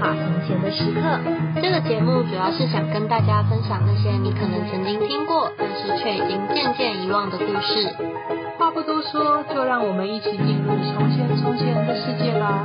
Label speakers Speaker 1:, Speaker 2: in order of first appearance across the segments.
Speaker 1: 的时刻。这个节目主要是想跟大家分享那些你可能曾经听过，但是却已经渐渐遗忘的故事。
Speaker 2: 话不多说，就让我们一起进入从前从前的世界吧。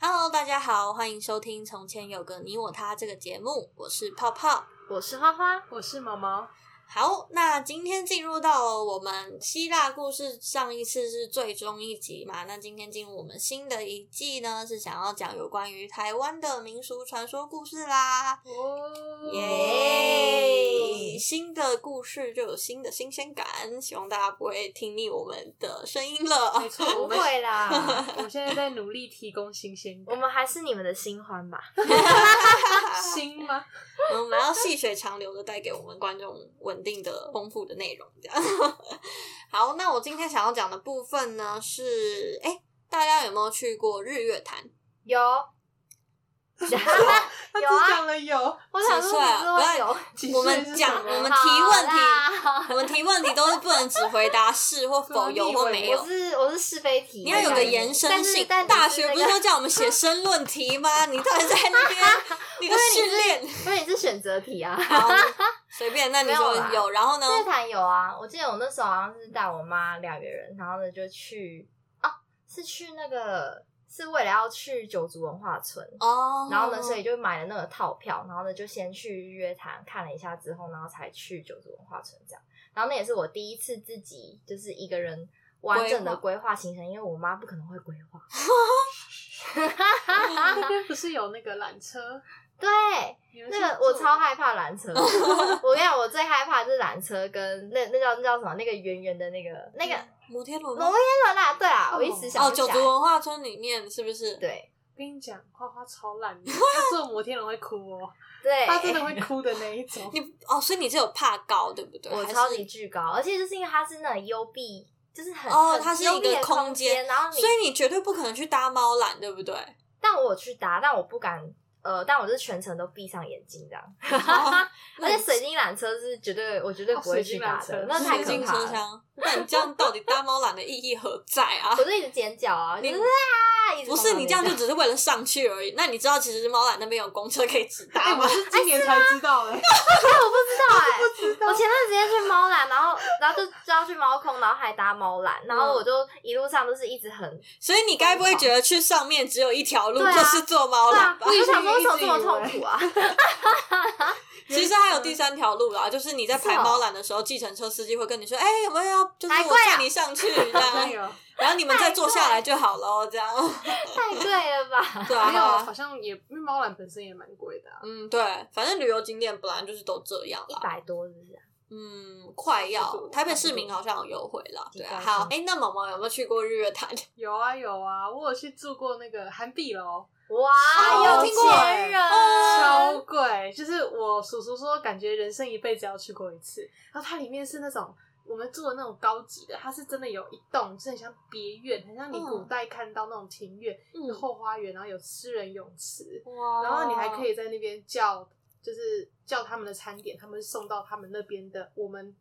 Speaker 1: Hello，大家好，欢迎收听《从前有个你我他》这个节目，我是泡泡。
Speaker 3: 我是花花，
Speaker 2: 我是毛毛，
Speaker 1: 好，那今天进入到我们希腊故事，上一次是最终一集嘛？那今天进入我们新的一季呢，是想要讲有关于台湾的民俗传说故事啦。
Speaker 2: 哦
Speaker 1: 耶！新的故事就有新的新鲜感，希望大家不会听腻我们的声音了
Speaker 2: 没。错，
Speaker 3: 哦不
Speaker 2: 我们
Speaker 3: 会啦，
Speaker 2: 我们现在在努力提供新鲜
Speaker 3: 我
Speaker 2: 感。
Speaker 3: 们还是你们的新欢吧。
Speaker 2: 新吗？
Speaker 1: 我们要细水长流的带给我们观众稳定的、丰富的内容。这样， 好，那我今天想要讲的部分呢是，哎、大家有没有去过日月潭？
Speaker 3: 有，
Speaker 2: 他
Speaker 3: 有
Speaker 2: 只
Speaker 3: 啊，
Speaker 2: 讲了有，
Speaker 3: 我想
Speaker 1: 几
Speaker 3: 说
Speaker 1: 岁啊
Speaker 3: 你知道有。
Speaker 2: 几
Speaker 1: 我
Speaker 2: 岁
Speaker 1: 们
Speaker 2: 是
Speaker 1: 讲
Speaker 2: 什么
Speaker 1: 我们提问题
Speaker 3: 好啦
Speaker 1: 我们提问题都是不能只回答是或否、有或没
Speaker 3: 我
Speaker 1: 有。
Speaker 3: 是我是是非题，
Speaker 1: 你要有个延伸
Speaker 3: 但是
Speaker 1: 性。
Speaker 3: 但你
Speaker 1: 大
Speaker 3: 是
Speaker 1: 学
Speaker 3: 那
Speaker 1: 不是
Speaker 3: 个
Speaker 1: 都叫我们 写申论题吗？你到底在那边你的训 练？
Speaker 3: 因为你是选择 题啊。
Speaker 1: 好，随便，那你说
Speaker 3: 没有啦
Speaker 1: 有，然后呢？
Speaker 3: 日坛有啊，我记得我那时候好像是带我妈两个人，然后呢就去哦，是去那个是为了要去九族文化村，
Speaker 1: 哦，
Speaker 3: 然后呢，所以就买了那个套票，然后呢就先去日月潭看了一下之后，然后才去九族文化村这样。然后那也是我第一次自己就是一个人完整的规划行程，因为我妈不可能会规划。
Speaker 2: 那边 不是有那个缆车？
Speaker 3: 对，
Speaker 2: 你们是
Speaker 3: 那个我
Speaker 2: 坐
Speaker 3: 超害怕缆 车，我跟你讲，我最害怕就是缆车跟那那叫那叫什么那个圆圆的那个那个
Speaker 1: 摩天轮吗
Speaker 3: 摩天轮啦，对啊，我一时想
Speaker 1: 嗯哦，
Speaker 3: 不起
Speaker 1: 九
Speaker 3: 来。
Speaker 1: 族文化村里面是不是？
Speaker 3: 对
Speaker 2: 跟你讲，花花超懒 的，她坐摩天轮会哭哦，
Speaker 3: 对，
Speaker 2: 她真的会哭的那一 种。
Speaker 1: 你哦，所以你是有怕高对不对？
Speaker 3: 我
Speaker 1: 还是
Speaker 3: 超级巨高，而且就是因为它是那种幽闭，就是很
Speaker 1: 哦
Speaker 3: 很
Speaker 1: 它是
Speaker 3: 幽
Speaker 1: 一个
Speaker 3: 闭的
Speaker 1: 空
Speaker 3: 空
Speaker 1: 间
Speaker 3: 间，然后你
Speaker 1: 所以你绝对不可能去搭猫缆，对 不对？
Speaker 3: 但我有去搭，但我不敢，呃，但我就是全程都闭上眼睛这样。
Speaker 1: 哦那
Speaker 3: 而
Speaker 1: 你
Speaker 3: 且水晶缆车是绝对，我绝对
Speaker 2: 哦
Speaker 3: 不会
Speaker 2: 水
Speaker 3: 去
Speaker 2: 晶
Speaker 3: 搭
Speaker 2: 缆
Speaker 3: 的
Speaker 2: 车，
Speaker 3: 那太
Speaker 1: 水
Speaker 3: 可
Speaker 1: 晶
Speaker 3: 怕
Speaker 1: 车
Speaker 3: 了。
Speaker 1: 厢，那你这样到底搭猫缆的意义何在 啊
Speaker 3: 我？就一直尖叫啊，
Speaker 1: 你
Speaker 3: 就是啊，一直
Speaker 1: 不是你这 样就只是为了上去而已。那你知道其实猫缆那边有公车可以直
Speaker 2: 哎，
Speaker 1: 达吗
Speaker 2: 我？是今年才知道
Speaker 3: 哎
Speaker 2: 的，
Speaker 3: 我不知道哎、我前段时间去猫缆，然后然后就就要去猫空，然后还搭猫缆，然后我就一路上都是一直很，
Speaker 1: 所以你该不会觉得去上面只有一条路，
Speaker 3: 对啊
Speaker 1: 就是坐猫
Speaker 3: 对
Speaker 1: 缆
Speaker 3: 啊，
Speaker 1: 吧
Speaker 3: 我？就想说为
Speaker 2: 我以
Speaker 3: 什么
Speaker 2: 前
Speaker 3: 这
Speaker 2: 也
Speaker 3: 么
Speaker 2: 一直以为
Speaker 3: 痛苦啊？
Speaker 1: 其实还有第三条路啦，就是你在排
Speaker 3: 是哦
Speaker 1: 猫缆的时候，计程车司机会跟你说：“哎、有没有要就是
Speaker 3: 买
Speaker 1: 我
Speaker 3: 贵啊哎
Speaker 1: 载你上去这
Speaker 2: 没
Speaker 1: 样，
Speaker 2: 有，
Speaker 1: 然后你们再坐下来就好喽。”这样，
Speaker 3: 太贵 了吧？
Speaker 1: 对
Speaker 2: 没有，
Speaker 3: 哎
Speaker 1: 啊
Speaker 2: 好，像也因为猫缆本身也蛮贵的啊。
Speaker 1: 嗯，对，反正旅游景点本来就是都这样
Speaker 3: 一
Speaker 1: 啦。
Speaker 3: 百多是不是啊、
Speaker 1: 嗯，快
Speaker 2: 差不
Speaker 1: 要
Speaker 2: 多
Speaker 1: 台北市民好像有优惠啦。对啊，
Speaker 3: 几块
Speaker 1: 好，哎、那毛毛有没有去过日月潭？
Speaker 2: 有啊有啊，我有去住过那个韩碧楼，
Speaker 3: 哇，
Speaker 1: 哦
Speaker 3: 有
Speaker 1: 听过
Speaker 3: 钱人，
Speaker 2: 超
Speaker 3: 嗯
Speaker 2: 贵。就是我叔叔说，感觉人生一辈子要去过一次。然后它里面是那种我们住的那种高级的，它是真的有一栋，是很像别院，很像你
Speaker 3: 嗯
Speaker 2: 古代看到那种庭院，有后花园，然后有私人泳池，
Speaker 3: 哦
Speaker 1: 哇
Speaker 2: 然后你还可
Speaker 1: 以，
Speaker 2: 以在那边叫，就是叫他们的餐点，他们送到他们那边的我们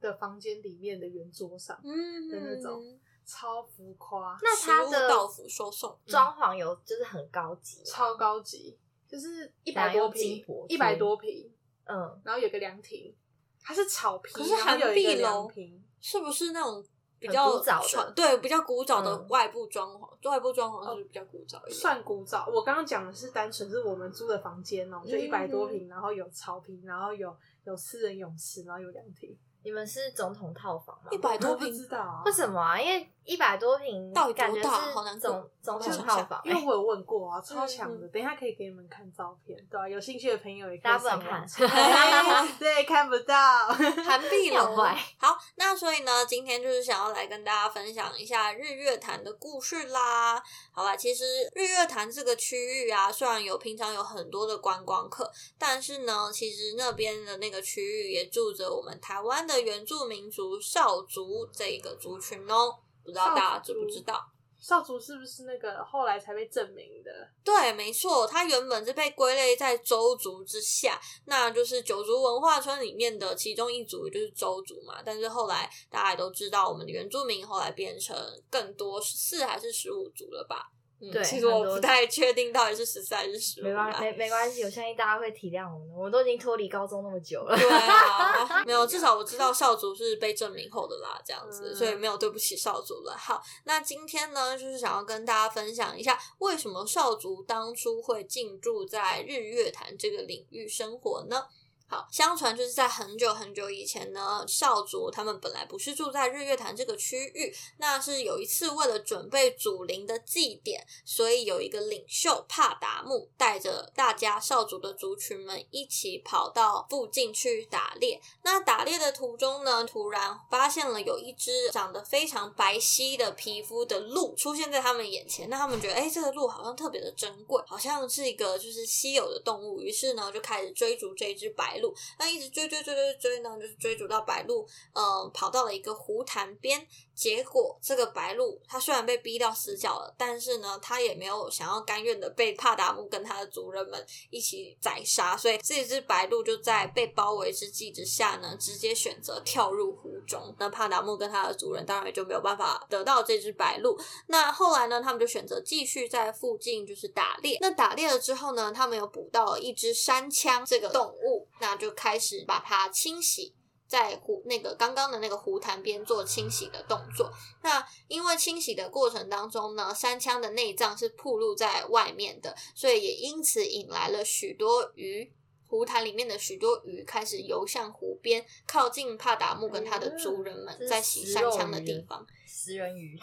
Speaker 2: 的房间里面的圆桌上，
Speaker 1: 嗯
Speaker 2: 的那种超浮夸。
Speaker 3: 那它
Speaker 1: 食物
Speaker 3: 的
Speaker 1: 到嗯府收送，
Speaker 3: 装潢有就是很高级，
Speaker 2: 超高级，就是一
Speaker 3: 哪
Speaker 2: 百
Speaker 3: 有
Speaker 2: 多
Speaker 3: 金
Speaker 2: 平
Speaker 3: 箔，
Speaker 2: 一百
Speaker 3: 贴
Speaker 2: 多平，
Speaker 3: 嗯，
Speaker 2: 然后有个凉亭，它是草
Speaker 1: 可
Speaker 2: 坪，
Speaker 1: 是
Speaker 2: 然后有一
Speaker 1: 韩
Speaker 2: 个
Speaker 1: 碧楼
Speaker 2: 凉亭，
Speaker 1: 是不是那种比
Speaker 3: 很
Speaker 1: 较
Speaker 3: 古早的
Speaker 1: 传对比较古早的
Speaker 3: 嗯
Speaker 1: 外部装潢？外部装潢是不是比较古早一点？
Speaker 2: 算古早。我刚刚讲的是单纯是我们租的房间哦、就一百多平，然后有草坪，然后有有私人泳池，然后有凉亭。
Speaker 3: 你们是总统套房吗？
Speaker 1: 一百多
Speaker 2: 我不
Speaker 1: 平
Speaker 2: 知道啊
Speaker 3: 为，什么啊？因为一百多平，
Speaker 1: 到底多
Speaker 3: 感觉
Speaker 1: 大好难
Speaker 3: 是
Speaker 1: 过
Speaker 3: 总总
Speaker 1: 我
Speaker 3: 统
Speaker 1: 想
Speaker 3: 套
Speaker 1: 想
Speaker 3: 房、
Speaker 2: 因为
Speaker 3: 欸，
Speaker 2: 我有问过啊，超强的。
Speaker 1: 嗯
Speaker 2: 等一下可以给你们看照片，对啊，有兴趣的朋友也可
Speaker 3: 大家
Speaker 2: 以
Speaker 3: 不
Speaker 2: 上
Speaker 3: 能
Speaker 2: 网
Speaker 3: 看
Speaker 2: 查哎对，看不到。
Speaker 1: 韩碧
Speaker 3: 鸟
Speaker 1: 楼
Speaker 3: 坏。
Speaker 1: 好，那所以呢，今天就是想要来跟大家分享一下日月潭的故事啦。好啦，其实日月潭这个区域啊，虽然有平常有很多的观光客，但是呢，其实那边的那个区域也住着我们台湾的原住民族少族这一个族群哦。不知道大家知不知道？
Speaker 2: 少主是不是那个后来才被证明的？
Speaker 1: 对，没错，它原本是被归类在周族之下，那就是九族文化村里面的其中一族，也就是周族嘛。但是后来大家也都知道，我们的原住民后来变成更多十四还是十五族了吧？嗯
Speaker 3: 对
Speaker 1: 其实我
Speaker 3: 很多
Speaker 1: 不太确定到底是十四还是十五
Speaker 3: 哎没关
Speaker 1: 啦。
Speaker 3: 没没关系，我相信大家会体谅我们的。我们都已经脱离高中那么久 了，
Speaker 1: 对啊，没有，至少我知道少主是被证明后的啦，这样子，
Speaker 2: 嗯
Speaker 1: 所以没有对不起少主了。好，那今天呢，就是想要跟大家分享一下，为什么少主当初会进驻在日月潭这个领域生活呢？好，相传就是在很久很久以前呢，少族他们本来不是住在日月潭这个区域，那是有一次为了准备祖灵的祭典，所以有一个领袖帕达木带着大家少族的族群们一起跑到附近去打猎。那打猎的途中呢，突然发现了有一只长得非常白皙的皮肤的鹿出现在他们眼前。那他们觉得，哎、这个鹿好像特别的珍贵，好像是一个就是稀有的动物。于是呢，就开始追逐这只白鹿。那一直追追追追追呢，就是追逐到白鹿，嗯、跑到了一个湖潭边。结果这个白鹿，它虽然被逼到死角了，但是呢，它也没有想要甘愿的被帕达木跟他的族人们一起宰杀，所以这只白鹿就在被包围之际之下呢，直接选择跳入湖中。那帕达木跟他的族人当然也就没有办法得到这只白鹿。那后来呢，他们就选择继续在附近就是打猎。那打猎了之后呢，他们有捕到了一只山枪这个动物，那就开始把它清洗。在湖那个刚刚的那个湖潭边做清洗的动作，那因为清洗的过程当中呢，山羌的内脏是暴露在外面的，所以也因此引来了许多鱼。湖潭里面的许多鱼开始游向湖边，靠近帕达木跟他的族人
Speaker 3: 嗯这
Speaker 1: 们
Speaker 3: 是
Speaker 1: 在洗山羌的地方。
Speaker 3: 食人鱼、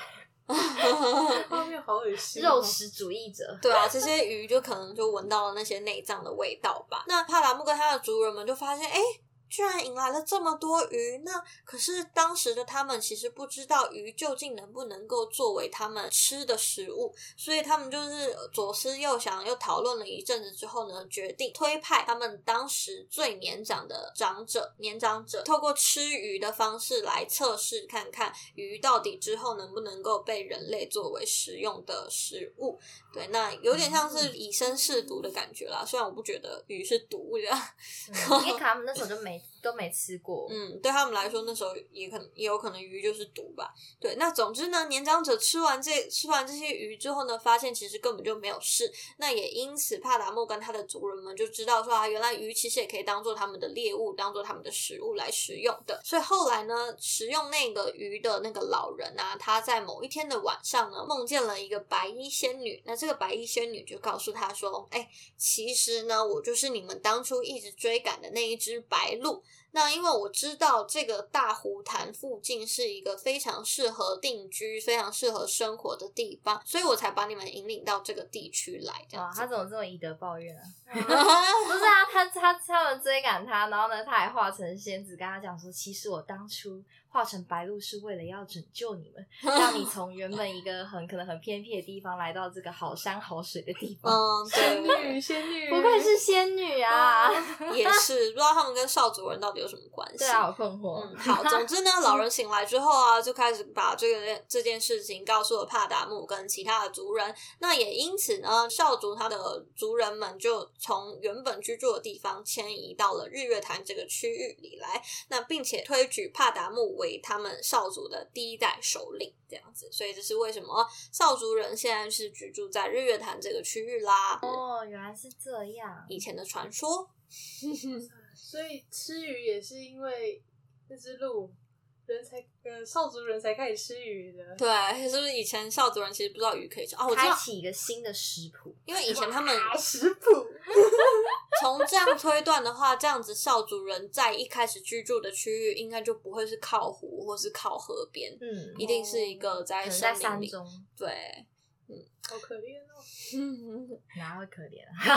Speaker 2: 画面好恶心哦，
Speaker 3: 肉食主义者，
Speaker 1: 对啊，这些鱼就可能就闻到了那些内脏的味道吧。那帕达木跟他的族人们就发现，哎、居然引来了这么多鱼，那可是当时的他们其实不知道鱼究竟能不能够作为他们吃的食物，所以他们就是左思右想，又讨论了一阵子之后呢，决定推派他们当时最年长的长者、年长者，透过吃鱼的方式来测试看看鱼到底之后能不能够被人类作为食用的食物。对，那有点像是以身试毒的感觉啦。虽然我不觉得鱼是毒这样。
Speaker 3: 嗯因为他们那时候就没都没吃过，
Speaker 1: 嗯，对他们来说，那时候也可能也有可能鱼就是毒吧。对，那总之呢，年长者吃完这吃完这些鱼之后呢，发现其实根本就没有事。那也因此，帕达木跟他的族人们就知道说啊，原来鱼其实也可以当做他们的猎物，当做他们的食物来食用的。所以后来呢，食用那个鱼的那个老人啊，他在某一天的晚上呢，梦见了一个白衣仙女。那这个白衣仙女就告诉他说：“哎、其实呢，我就是你们当初一直追赶的那一只白鹿。那因为我知道这个大湖潭附近是一个非常适合定居、非常适合生活的地方，所以我才把你们引领到这个地区来。这
Speaker 3: 哇
Speaker 1: 样，子
Speaker 3: 啊他，怎么这么以德 报怨啊？
Speaker 2: 嗯
Speaker 1: 他
Speaker 3: 不是啊，他他他们追赶他，然后呢，他还化成仙子，跟他讲说，其实我当初化成白鹿是为了要拯救你们，让你从原本一个很可能很偏僻的地方来到这个好山好水的地 方。
Speaker 1: 嗯，
Speaker 2: 仙
Speaker 1: 对，
Speaker 2: 女仙女，
Speaker 3: 不愧是仙女啊！
Speaker 1: 也是不知道他们跟少主人到底有什么关系。
Speaker 3: 对啊，好困惑。
Speaker 1: 嗯，好，总之呢，老人醒来之后啊，就开始把这个这件事情告诉了帕达木跟其他的族人。那也因此呢，少族他的族人们就从原本居住的地方迁移到了日月潭这个区域里来。那并且推举帕达木为他们少族的第一代首领，这样子。所以这是为什么少族人现在是居住在日月潭这个区域啦。
Speaker 3: 哦，原来是这样。
Speaker 1: 以前的传说，
Speaker 2: 所以吃鱼也是因为那只鹿，人才呃少族人才开始吃鱼的。
Speaker 1: 对，是不是以前少族人其实不知道鱼可以吃啊？我知
Speaker 3: 开
Speaker 1: 道，
Speaker 3: 启一个新的食谱，
Speaker 1: 因为以前他们
Speaker 2: 啊食谱，
Speaker 1: 从这样推断的话，这样子少族人在一开始居住的区域，应该就不会是靠湖或是靠河边，
Speaker 3: 嗯，
Speaker 1: 一定是一个
Speaker 3: 哦可
Speaker 1: 在
Speaker 3: 能
Speaker 1: 山
Speaker 3: 在
Speaker 1: 林
Speaker 3: 山
Speaker 1: 里。
Speaker 3: 中，
Speaker 1: 对，
Speaker 2: 好可怜哦，
Speaker 3: 哪会可怜 啊？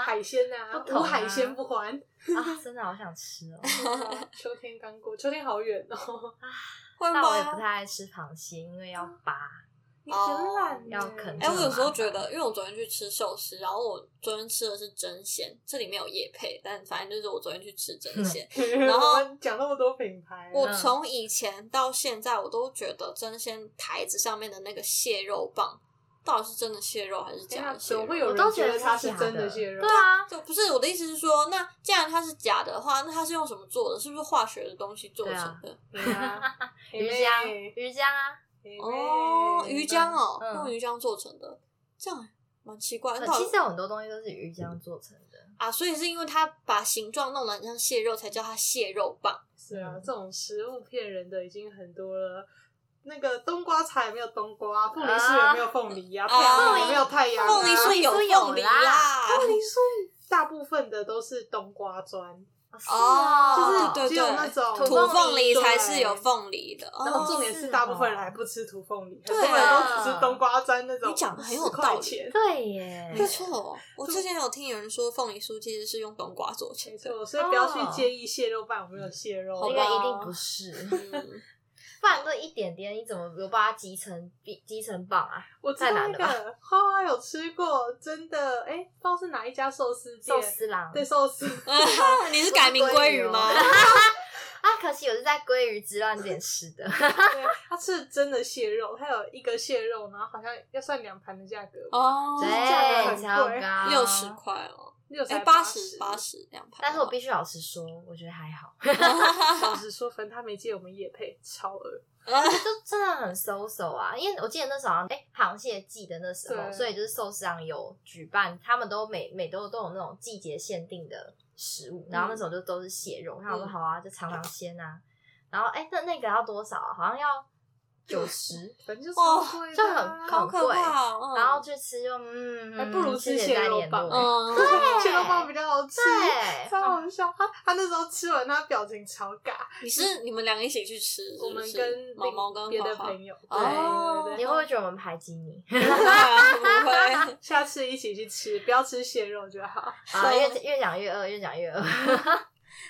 Speaker 2: 海鲜呐、
Speaker 3: 不
Speaker 2: 无
Speaker 3: 同啊
Speaker 2: 海鲜不还。
Speaker 3: 啊，真的好想吃哦。
Speaker 2: 秋天刚过，秋天好远哦，
Speaker 1: 会
Speaker 3: 但我也不
Speaker 1: 吗？
Speaker 3: 太爱吃螃蟹，因为要扒。
Speaker 2: 你很懒耶欸
Speaker 3: 要啃
Speaker 1: 哎、我有时候
Speaker 3: 麻烦
Speaker 1: 觉得，因为我昨天去吃寿司，然后我昨天吃的是真鲜，这里面有叶配，但反正就是我昨天去吃真
Speaker 3: 嗯
Speaker 1: 鲜。 然后
Speaker 2: 我们讲那么多品牌，啊
Speaker 1: 我从以前到现在，我都觉得真鲜台子上面的那个蟹肉棒，到底是真的蟹肉还是
Speaker 2: 天
Speaker 1: 假
Speaker 2: 啊，
Speaker 1: 的蟹
Speaker 2: 怎
Speaker 1: 肉？
Speaker 2: 么会有
Speaker 3: 我都
Speaker 2: 人
Speaker 3: 觉得
Speaker 2: 得它
Speaker 3: 是
Speaker 2: 是
Speaker 3: 假
Speaker 2: 真
Speaker 3: 的
Speaker 2: 蟹肉？
Speaker 3: 对啊，
Speaker 1: 就不是我的意思是说，那既然它是假的话，那它是用什么做的？是不是化学的东西做成的？
Speaker 2: 对啊，
Speaker 3: 鱼浆，鱼浆啊，
Speaker 1: 哦，鱼浆哦，
Speaker 3: 嗯
Speaker 1: 用鱼浆做成的。这样蛮奇怪。
Speaker 3: 呃
Speaker 1: 到底
Speaker 3: 其实有很多东西都是鱼浆做成的。
Speaker 1: 啊，所以是因为他把形状弄得很像蟹肉，才叫它蟹肉棒。
Speaker 2: 是啊，
Speaker 3: 嗯
Speaker 2: 这种食物骗人的已经很多了。那个冬瓜茶也没有冬瓜，凤梨酥也没有凤梨呀、
Speaker 1: 啊
Speaker 2: 太阳也没有太阳、啊，
Speaker 1: 凤梨酥有
Speaker 3: 凤梨酥有
Speaker 1: 凤梨
Speaker 3: 啦
Speaker 1: 啦，
Speaker 2: 凤梨酥大部分的都是冬瓜砖，
Speaker 3: 哦是
Speaker 1: 哦
Speaker 3: 哦，
Speaker 2: 就是只有那种
Speaker 1: 土
Speaker 3: 对对土
Speaker 1: 凤
Speaker 3: 凤
Speaker 1: 梨
Speaker 3: 梨
Speaker 1: 才
Speaker 2: 对
Speaker 1: 是有凤梨的。
Speaker 2: 然后
Speaker 1: 哦，
Speaker 2: 重点
Speaker 3: 是
Speaker 2: 是
Speaker 3: 哦
Speaker 2: 大部分人还不吃土凤梨，很
Speaker 1: 对
Speaker 2: 多人
Speaker 1: 啊
Speaker 2: 都只吃冬瓜砖那种。
Speaker 1: 你讲得很有
Speaker 2: 10块
Speaker 1: 道理
Speaker 2: 钱
Speaker 3: 对耶，
Speaker 1: 没错，哦我之前有听有人说凤梨酥其实是用冬瓜做成
Speaker 2: 没
Speaker 1: 的。
Speaker 2: 错，所以不要去介意蟹肉饭有没有蟹肉，
Speaker 1: 好
Speaker 3: 那
Speaker 1: 吧
Speaker 3: 个一定不是，
Speaker 1: 嗯，
Speaker 3: 不然都一点点，你怎么有把它集成集成棒啊？
Speaker 2: 我知道那
Speaker 3: 太难
Speaker 2: 个花花有吃过，真的，哎、不知道是哪一家寿司店，
Speaker 3: 寿司郎
Speaker 2: 对寿 司，
Speaker 1: 你是改名鲑鱼吗？
Speaker 3: 啊，可惜我是在鲑鱼之乱之前吃 的。
Speaker 2: 对，它是真的蟹肉，它有一个蟹肉，然后好像要算两盘的价格，
Speaker 1: 哦，
Speaker 2: 对价格
Speaker 3: 对，啊
Speaker 2: 很
Speaker 3: 超
Speaker 2: 贵
Speaker 3: 高，
Speaker 1: 六十。块哦，
Speaker 2: 六十
Speaker 1: 哎，
Speaker 2: 还
Speaker 1: 八
Speaker 2: 十
Speaker 1: 十八。十两盘。
Speaker 3: 但是我必须老实说，我觉得还好，
Speaker 2: 老实说，反正他没接我们夜配，超恶。
Speaker 3: 就真的很 so so 啊。因为我记得那时候好像，哎、螃蟹季的那时候，
Speaker 2: 对
Speaker 3: 所以就是寿司郎有举办，他们都每每都都有那种季节限定的食
Speaker 2: 嗯
Speaker 3: 物，然后那时候就都是蟹肉，然后我说
Speaker 1: 嗯
Speaker 3: 好啊，就尝尝鲜啊。然后哎、那那个要多少、啊？好像要 九十。
Speaker 2: 反正就
Speaker 1: 哦
Speaker 2: 超贵
Speaker 3: 就
Speaker 2: 的
Speaker 3: 很
Speaker 2: 啊、
Speaker 1: 好可怕哦。
Speaker 3: 然后去吃就嗯，
Speaker 2: 还哎不如吃
Speaker 3: 谢谢
Speaker 2: 蟹
Speaker 3: 再
Speaker 2: 肉
Speaker 3: 联
Speaker 2: 棒
Speaker 3: 络
Speaker 1: 嗯，嗯，
Speaker 2: 蟹肉包比较好吃。
Speaker 3: 对，
Speaker 2: 超
Speaker 1: 啊
Speaker 2: 好笑！他他那时候吃完，他表情超尬。
Speaker 1: 你是你们两个一起去吃，是不
Speaker 2: 我们
Speaker 1: 是
Speaker 2: 跟
Speaker 1: 毛毛跟
Speaker 2: 别的
Speaker 1: 花花
Speaker 2: 朋友，对
Speaker 1: 哦
Speaker 2: 对
Speaker 3: 你
Speaker 2: 对
Speaker 3: 会不会觉得我们排挤你？
Speaker 1: 啊不会
Speaker 2: 对，下次一起去吃，不要吃蟹肉就 好。
Speaker 3: 啊，越越讲越饿，越讲 越饿。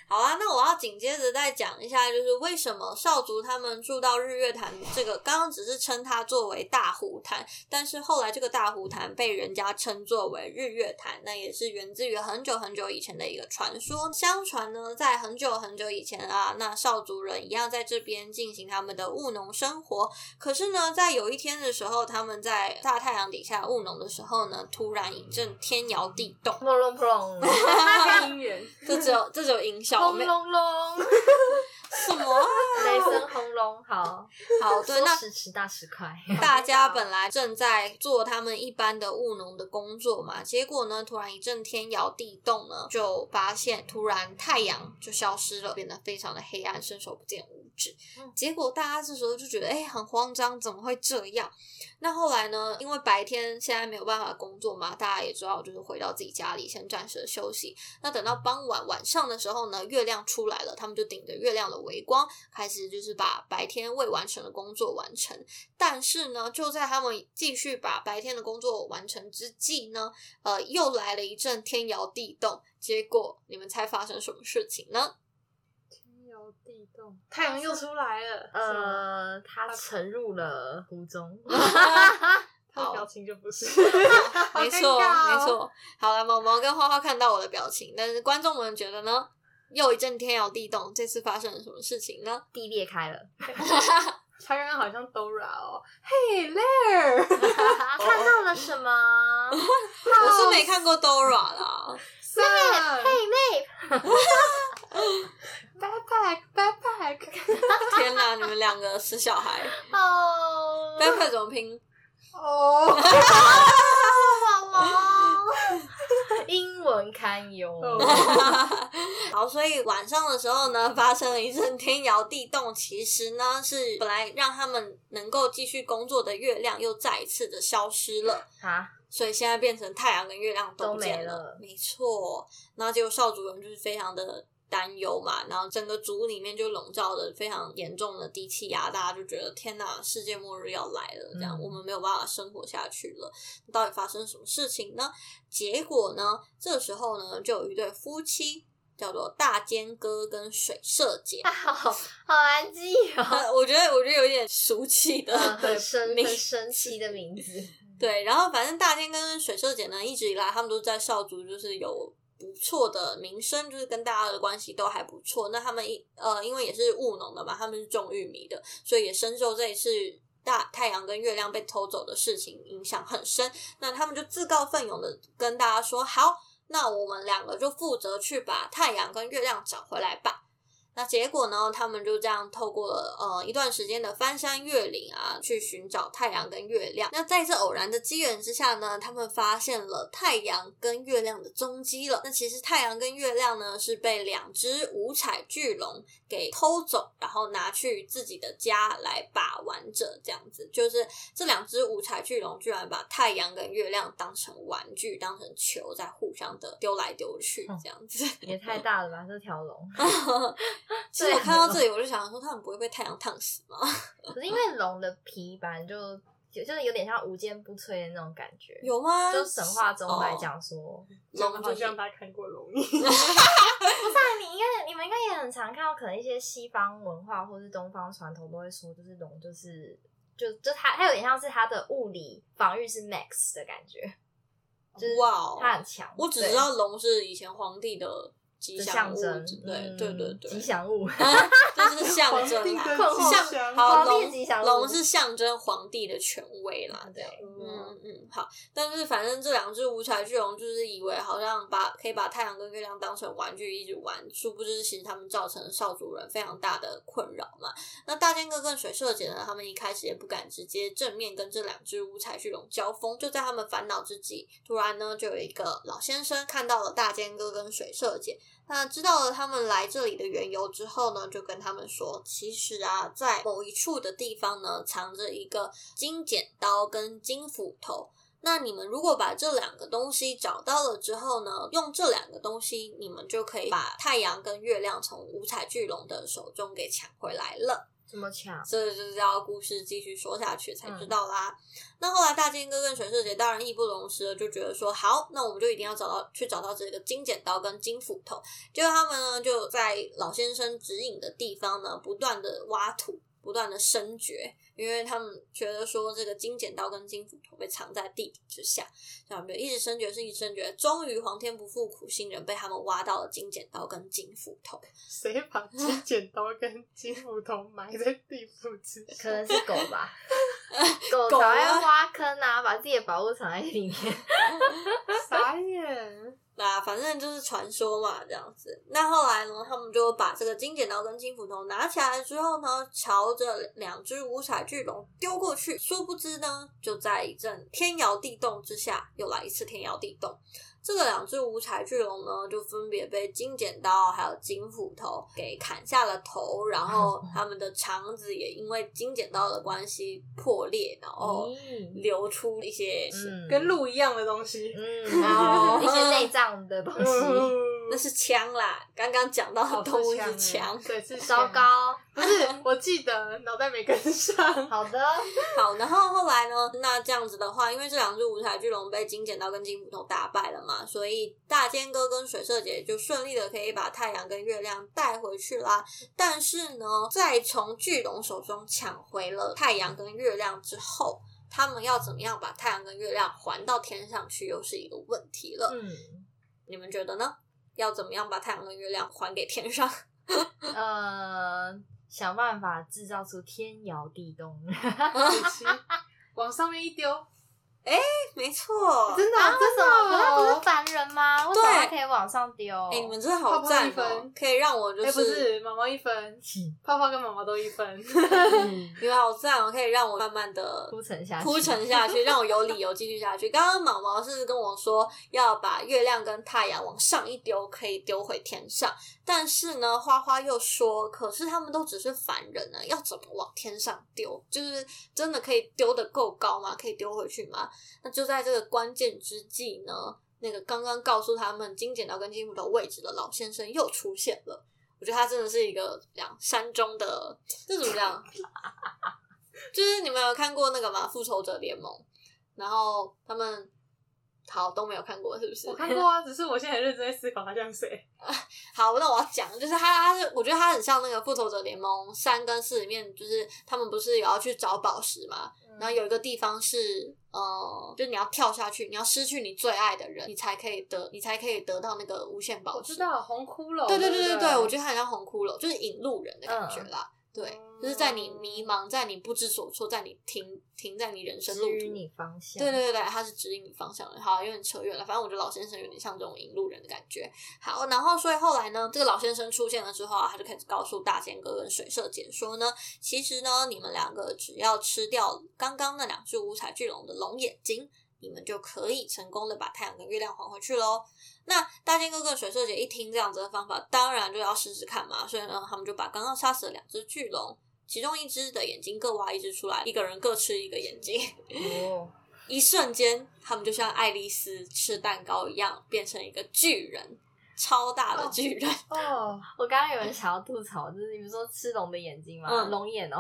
Speaker 1: 好啊，那我要紧接着再讲一下，就是为什么少族他们住到日月潭这个，刚刚只是称它作为大湖潭，但是后来这个大湖潭被人家称作为日月潭，那也是源自于很久很久以前的一个传说。相传呢，在很久很久以前啊，那少族人一样在这边进行他们的务农生活。可是呢，在有一天的时候，他们在大太阳底下务农的时候呢，突然一阵天摇地动，
Speaker 3: 砰隆砰隆，
Speaker 2: 配音员，
Speaker 1: 这只有这只有音效，
Speaker 3: 轰
Speaker 1: 没
Speaker 3: 隆隆，
Speaker 1: 什么啊、
Speaker 3: 雷声轰隆，好，
Speaker 1: 好，对，
Speaker 3: 说
Speaker 1: 那
Speaker 3: 时迟那时 快，
Speaker 1: 大家本来正在做他们一般的务农的工作嘛，结果呢，突然一阵天摇地动呢，就发现突然太阳就消失了，变得非常的黑暗，伸手不见五指
Speaker 3: 嗯。
Speaker 1: 结果大家这时候就觉得，哎、很慌张，怎么会这样？那后来呢，因为白天现在没有办法工作嘛，大家也知道，就是回到自己家里先暂时的休息。那等到傍晚晚上的时候呢，月亮出来了，他们就顶着月亮的微光，开始就是把白天未完成的工作完成。但是呢，就在他们继续把白天的工作完成之际呢，呃，又来了一阵天摇地动。结果你们猜发生什么事情呢？
Speaker 2: 天摇地动，太阳又出来了。
Speaker 1: 嗯
Speaker 2: 呃，
Speaker 3: 呃，他沉入了湖 中。
Speaker 2: 他的
Speaker 1: 好
Speaker 2: 表情就不是， 好
Speaker 1: 没
Speaker 2: 尴
Speaker 1: 错，
Speaker 2: 尬哦
Speaker 1: 没。错。好了，毛毛跟花花看到我的表情，但是观众们觉得呢？又一阵天摇地动，这次发生了什么事情呢？
Speaker 3: 地裂开了，
Speaker 2: 他刚刚好像 Dora 哦，Hey there，
Speaker 3: 看到了什 么？
Speaker 1: 我是没看过 Dora 啦，
Speaker 2: Sun，Hey
Speaker 3: 妹
Speaker 2: backpack，backpack，
Speaker 1: 天哪，你们两个死小孩
Speaker 3: 哦，
Speaker 1: b a c k 怎么拼？
Speaker 2: 哦，
Speaker 3: 宝 宝，英文堪忧。
Speaker 1: 好，所以晚上的时候呢， 发生了一阵天摇地动。其实呢，是本来让他们能够继续工作的月亮，又再一次的消失了。
Speaker 3: 啊，
Speaker 1: 所以现在变成太阳跟月亮
Speaker 3: 都
Speaker 1: 不见
Speaker 3: 没
Speaker 1: 了
Speaker 3: 了，
Speaker 1: 没错。然后结果少主人就是非常的担忧嘛，然后整个族里面就笼罩着非常严重的低气压，大家就觉得天哪，世界末日要来了，这样、
Speaker 3: 嗯
Speaker 1: 我们没有办法生活下去了。到底发生什么事情呢？结果呢，这时候呢，就有一对夫妻。叫做大尖哥跟水社姐，
Speaker 3: 好好安静 哦。
Speaker 1: 呃我觉得我觉得有点俗气的，
Speaker 3: 呃很神
Speaker 1: 名
Speaker 3: 很神奇的名字，
Speaker 1: 对，然后反正大天跟水社姐呢，一直以来他们都在少族就是有不错的名声，就是跟大家的关系都还不错。那他们一呃，因为也是务农的嘛，他们是种玉米的，所以也深受这一次大太阳跟月亮被偷走的事情影响很深。那他们就自告奋勇的跟大家说：“好，那我们两个就负责去把太阳跟月亮找回来吧。”那结果呢，他们就这样透过呃一段时间的翻山越岭啊，去寻找太阳跟月亮。那在这偶然的机缘之下呢，他们发现了太阳跟月亮的踪迹了。那其实太阳跟月亮呢是被两只五彩巨龙给偷走，然后拿去自己的家来把玩着，这样子就是这两只五彩巨龙居然把太阳跟月亮当成玩具，当成球在互相的丢来丢去，这样子。
Speaker 3: 也太大了吧，这条龙。
Speaker 1: 其实我看到这里，我就想说，他们不会被太阳烫死吗？
Speaker 3: 可是因为龙的皮反正就就就是有点像无坚不摧的那种感觉。
Speaker 1: 有吗？
Speaker 3: 就神话中来讲说，
Speaker 1: 龙
Speaker 2: 就
Speaker 1: 就
Speaker 2: 像
Speaker 1: 是
Speaker 2: 大家看过龙，
Speaker 3: 不是啊，你应该你们应该也很常看到，可能一些西方文化或是东方传统都会说，就是龙就是就就它它有点像是它的物理防御是 max 的感觉，就是
Speaker 1: 哇哦
Speaker 3: 它很强。
Speaker 1: 我只
Speaker 3: 对
Speaker 1: 知道龙是以前皇帝的吉
Speaker 3: 的
Speaker 1: 祥
Speaker 3: 象
Speaker 1: 物，
Speaker 3: 征，
Speaker 1: 对
Speaker 3: 嗯
Speaker 1: 对对对，
Speaker 3: 吉祥物。
Speaker 1: 啊，这是象征啦，
Speaker 2: 跟
Speaker 3: 困惑
Speaker 2: 吉
Speaker 1: 象
Speaker 2: 祥
Speaker 1: 好
Speaker 3: 皇帝
Speaker 1: 龙
Speaker 3: 吉祥物
Speaker 1: 龙是象征皇帝的权威啦，这样。
Speaker 3: 对，
Speaker 1: 嗯嗯，好，但是反正这两只五彩巨龙就是以为好像把可以把太阳跟月亮当成玩具一直玩，殊不知其实他们造成少主人非常大的困扰嘛。那大剑哥跟水社姐呢，他们一开始也不敢直接正面跟这两只五彩巨龙交锋，就在他们烦恼之际，突然呢就有一个老先生看到了大剑哥跟水社姐，那知道了他们来这里的缘由之后呢，就跟他们说，其实啊，在某一处的地方呢，藏着一个金剪刀跟金斧头。那你们如果把这两个东西找到了之后呢，用这两个东西，你们就可以把太阳跟月亮从五彩巨龙的手中给抢回来了。
Speaker 3: 这么强？
Speaker 1: 这就是要故事继续说下去才知道啦。那后来大金哥跟水社姐当然义不容辞了，就觉得说好，那我们就一定要找到去找到这个金剪刀跟金斧头。结果他们呢就在老先生指引的地方呢，不断的挖土，不断的深掘，因为他们觉得说这个金剪刀跟金斧头被藏在地底之下，所以他们就一直深掘，一直深掘，终于皇天不负苦心人，被他们挖到了金剪刀跟金斧头。
Speaker 2: 谁把金剪刀跟金斧头埋在地府之
Speaker 3: 可
Speaker 2: 下？
Speaker 3: 能是狗 吧，狗
Speaker 1: 狗
Speaker 3: 才
Speaker 1: 啊
Speaker 3: 会挖坑啊，把自己的宝物藏在里面。
Speaker 2: 傻眼！
Speaker 1: 那啊反正就是传说嘛，这样子。那后来呢，他们就把这个金剪刀跟金斧头拿起来之后呢，朝着两只五彩巨龙丢过去。殊不知呢，就在一阵天摇地动之下，又来一次天摇地动。这个两只五彩巨龙呢，就分别被金剪刀还有金斧头给砍下了头，然后他们的肠子也因为金剪刀的关系破裂，然 后
Speaker 3: 咦
Speaker 1: 哦流出一些
Speaker 3: 嗯
Speaker 2: 跟鹿一样的东西。
Speaker 3: 嗯，然 后一些内脏的东
Speaker 2: 嗯
Speaker 3: 西，
Speaker 1: 那是枪啦，刚刚讲到的动物哦是枪。
Speaker 2: 对，是烧。
Speaker 3: 糟糕。
Speaker 2: 不是，我记得脑袋没跟 上。
Speaker 3: 好的，
Speaker 1: 好，然后后来呢？那这样子的话，因为这两只五彩巨龙被金剪刀跟金斧头打败了嘛，所以大尖哥跟水社姐就顺利的可以把太阳跟月亮带回去啦。但是呢，在从巨龙手中抢回了太阳跟月亮之后，他们要怎么样把太阳跟月亮还到天上去，又是一个问题了。
Speaker 3: 嗯，
Speaker 1: 你们觉得呢？要怎么样把太阳跟月亮还给天上？
Speaker 3: 呃，想办法制造出天摇地动。 啊
Speaker 2: 子琪往上面一丢，
Speaker 1: 没错，
Speaker 2: 真的、
Speaker 3: 啊，为
Speaker 2: 真的
Speaker 3: 什么？可是它不
Speaker 2: 哦
Speaker 3: 是凡人吗？为什么它
Speaker 1: 对
Speaker 3: 可以往上丢？
Speaker 1: 哎、你们真的好赞
Speaker 2: 泡泡一
Speaker 1: 哦、
Speaker 2: 分
Speaker 1: 可以让我就
Speaker 2: 哎、
Speaker 1: 是，
Speaker 2: 不是，毛毛一分，泡泡跟毛毛都一 分。
Speaker 1: 你们好赞哦、可以让我慢慢的
Speaker 3: 铺陈下去，
Speaker 1: 铺陈下 去，让我有理由继续下去。刚刚毛毛是跟我说要把月亮跟太阳往上一丢，可以丢回天上，但是呢，花花又说，可是他们都只是凡人呢，要怎么往天上丢？就是真的可以丢得够高吗？可以丢回去吗？那就在这个关键之际呢，那个刚刚告诉他们金剪刀跟金斧头位置的老先生又出现了。我觉得他真的是一个两山中的，这怎 么讲？就是你们有看过那个吗？复仇者联盟，然后他们好都没有看过，是不是
Speaker 2: 我？看过啊，只是我现在很认真在思考他像谁。
Speaker 1: 好，那我要讲，就是他，他是我觉得他很像那个复仇者联盟三跟四里面，就是他们不是也要去找宝石吗？
Speaker 2: 嗯
Speaker 1: 然后有一个地方是，呃，就是你要跳下去，你要失去你最爱的人，你才可以得，你才可以得到那个无限宝
Speaker 2: 我
Speaker 1: 石。
Speaker 2: 知道红骷髅，
Speaker 1: 对对
Speaker 2: 对嗯
Speaker 1: 对对
Speaker 2: 不
Speaker 1: 对，
Speaker 2: 对，
Speaker 1: 我觉得他很像红骷髅，就是引路人的感觉啦。对，就是在你迷茫、在你不知所措、在你停停在你人生路
Speaker 3: 至于
Speaker 1: 途
Speaker 3: 你方向。
Speaker 1: 对对对对，他是指引你方向的。好，有点扯远了，反正我觉得老先生有点像这种引路人的感觉。好，然后所以后来呢，这个老先生出现了之后啊，他就开始告诉大仙哥跟水社姐说呢，其实呢，你们两个只要吃掉刚刚那两只五彩巨龙的龙眼睛。你们就可以成功的把太阳跟月亮还回去喽。那大仙哥跟水社姐一听这样子的方法，当然就要试试看嘛。所以呢，他们就把刚刚杀死的两只巨龙，其中一只的眼睛各挖一只出来，一个人各吃一个眼睛。
Speaker 3: 哦，
Speaker 1: 一瞬间，他们就像爱丽丝吃蛋糕一样，变成一个巨人，超大的巨人。
Speaker 2: 哦，
Speaker 3: 我刚刚有人想要吐槽，就是你们说吃龙的眼睛嘛，
Speaker 1: 嗯
Speaker 3: 龙眼哦，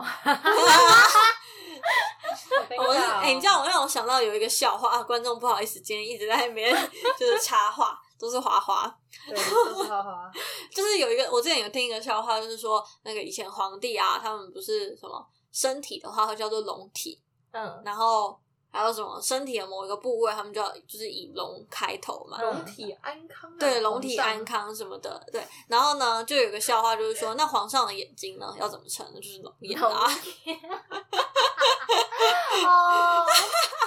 Speaker 1: 我是哎、
Speaker 2: 哎，
Speaker 1: 你知道我让我想到有一个笑话，啊、观众不好意思，今天一直在那边 就是插话，都是花花。
Speaker 2: 对，都是花 花，
Speaker 1: 就是有一个，我之前有听一个笑话，就是说那个以前皇帝啊，他们不是什么身体的话会叫做龙体，
Speaker 3: 嗯，
Speaker 1: 然后还有什么身体的某一个部位，他们就要就是以龙开头嘛。
Speaker 3: 嗯
Speaker 2: 龙体安康啊，
Speaker 1: 对，龙体安
Speaker 2: 皇上，
Speaker 1: 康什么的，对。然后呢，就有个笑话，就是说，那皇上的眼睛呢，要怎么称呢？就是龙眼啊。
Speaker 3: 哦，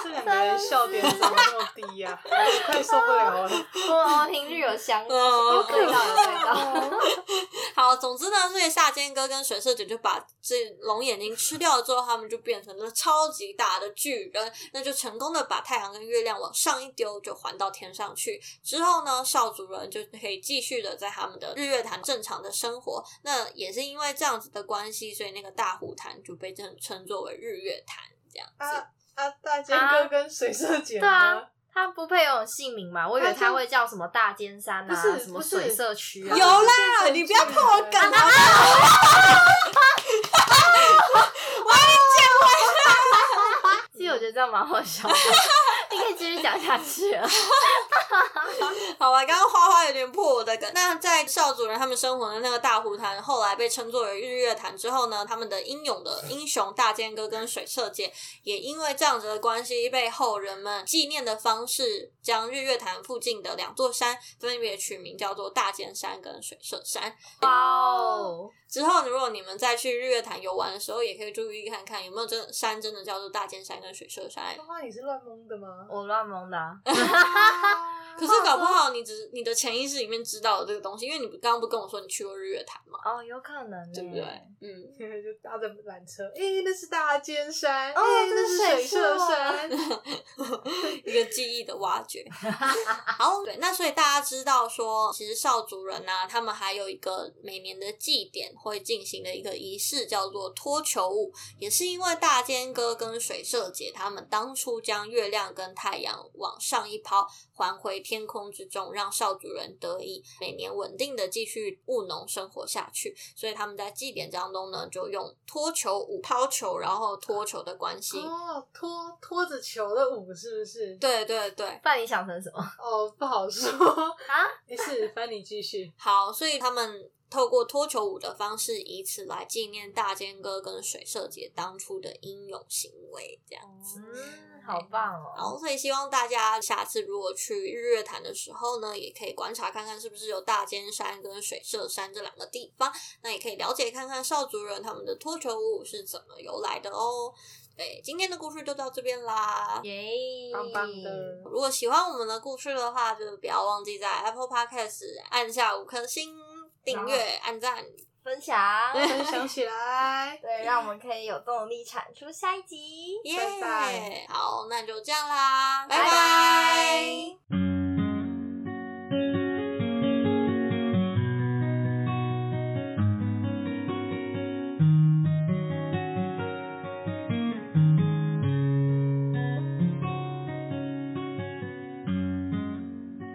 Speaker 2: 这两个人笑点怎么这么低 呀？哎我快受不了 了。
Speaker 3: 我频率哦有相，
Speaker 1: 嗯
Speaker 3: 有对到有对到，
Speaker 1: 好，总之呢，所以夏间哥跟水社姐就把这龙眼睛吃掉了之后，他们就变成了超级大的巨人，那就成功的把太阳跟月亮往上一丢，就还到天上去。之后呢，少主人就可以继续的在他们的日月潭正常的生活。那也是因为这样子的关系，所以那个大湖潭就被称称作为日月潭这样子。
Speaker 2: 啊啊！大尖哥跟水社姐呢
Speaker 3: 对啊？他不配有姓名嘛？我以为他会叫什么大尖山
Speaker 2: 不
Speaker 3: 啊，
Speaker 2: 是
Speaker 3: 什么
Speaker 2: 不是
Speaker 3: 水社区啊，
Speaker 1: 有啦，
Speaker 2: 变成
Speaker 1: 你不要破我梗
Speaker 2: 巨人
Speaker 1: 好不好？
Speaker 3: 其实我觉得这样蛮好笑的，你可以继续讲下去啊了。
Speaker 1: 好吧，刚刚花花有点破我的梗。那在少主人他们生活的那个大湖潭，后来被称作为日月潭之后呢，他们的英勇的英雄大剑哥跟水社姐，也因为这样子的关系，被后人们纪念的方式，将日月潭附近的两座山分别取名叫做大剑山跟水社山。
Speaker 3: 哇哦，
Speaker 1: 之后，如果你们再去日月潭游玩的时候，也可以注意看看有没有真的山真的叫做大剑山跟水社山。
Speaker 2: 花花，你是乱蒙的 吗？
Speaker 3: 我乱蒙的啊、
Speaker 1: 可是搞不啊好你只你的潜意识里面知道的这个东西，因为你刚刚不跟我说你去过日月潭吗？
Speaker 3: 哦，有可能呢，
Speaker 1: 对不对？嗯，
Speaker 2: 就搭着缆车，哎、那是大尖山，
Speaker 3: 哦
Speaker 2: 哎
Speaker 3: 这
Speaker 2: 那
Speaker 3: 是
Speaker 2: 是水
Speaker 3: 水
Speaker 2: 社
Speaker 3: 社
Speaker 2: 山，
Speaker 1: 一个记忆的挖掘。好，对，那所以大家知道说，其实少族人呐、他们还有一个每年的祭典会进行的一个仪式，叫做脱球舞，也是因为大尖哥跟水社姐他们当初将月亮跟太阳往上一抛，还回天空之中，让少族人得以每年稳定的继续务农生活下去。所以他们在祭典当中呢，就用脱球舞、抛球，然后脱球的关系。
Speaker 2: 哦，拖拖着球的舞是不是？
Speaker 1: 对对对，
Speaker 3: 把你想成什么
Speaker 2: 哦，不好说。
Speaker 3: 啊？
Speaker 2: 没事，翻你继 续。
Speaker 1: 好，所以他们透过脱球舞的方式，以此来纪念大尖哥跟水社姐当初的英勇行为，这样。
Speaker 3: 嗯，好棒
Speaker 1: 然
Speaker 3: 哦！
Speaker 1: 后，所以希望大家下次如果去日月潭的时候呢，也可以观察看看是不是有大尖山跟水社山这两个地方，那也可以了解看看少族人他们的脱球舞是怎么由来的哦。对，今天的故事就到这边啦。
Speaker 3: 耶，
Speaker 2: 棒棒的
Speaker 1: 如果喜欢我们的故事的话，就不要忘记在 Apple Podcast 按下五颗星订阅、按赞。
Speaker 3: 分享，
Speaker 2: 分享起来，
Speaker 3: 对，让我们可以有动力产出下一集。
Speaker 1: 耶
Speaker 2: 拜拜
Speaker 1: 好，那就这样啦，拜
Speaker 3: 拜
Speaker 1: 拜
Speaker 3: 拜